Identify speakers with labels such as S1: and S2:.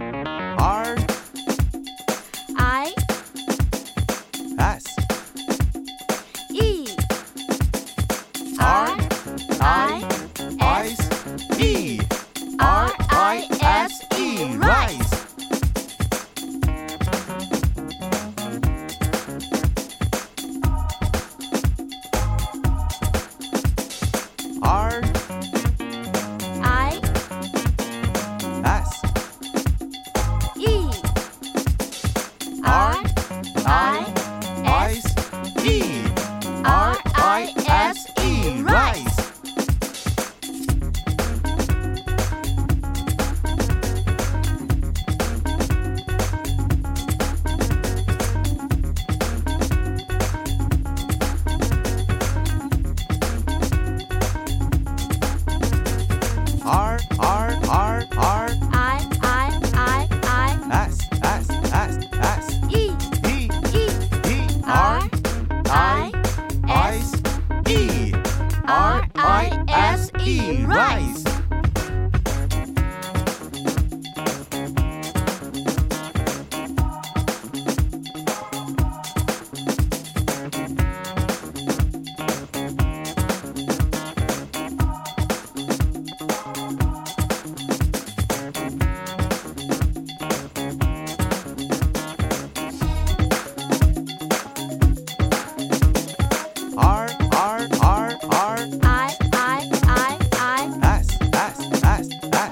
S1: R
S2: I
S1: S
S2: E
S1: R
S2: I
S1: I S E
S2: R I E, S E.
S1: Run! E.
S2: E,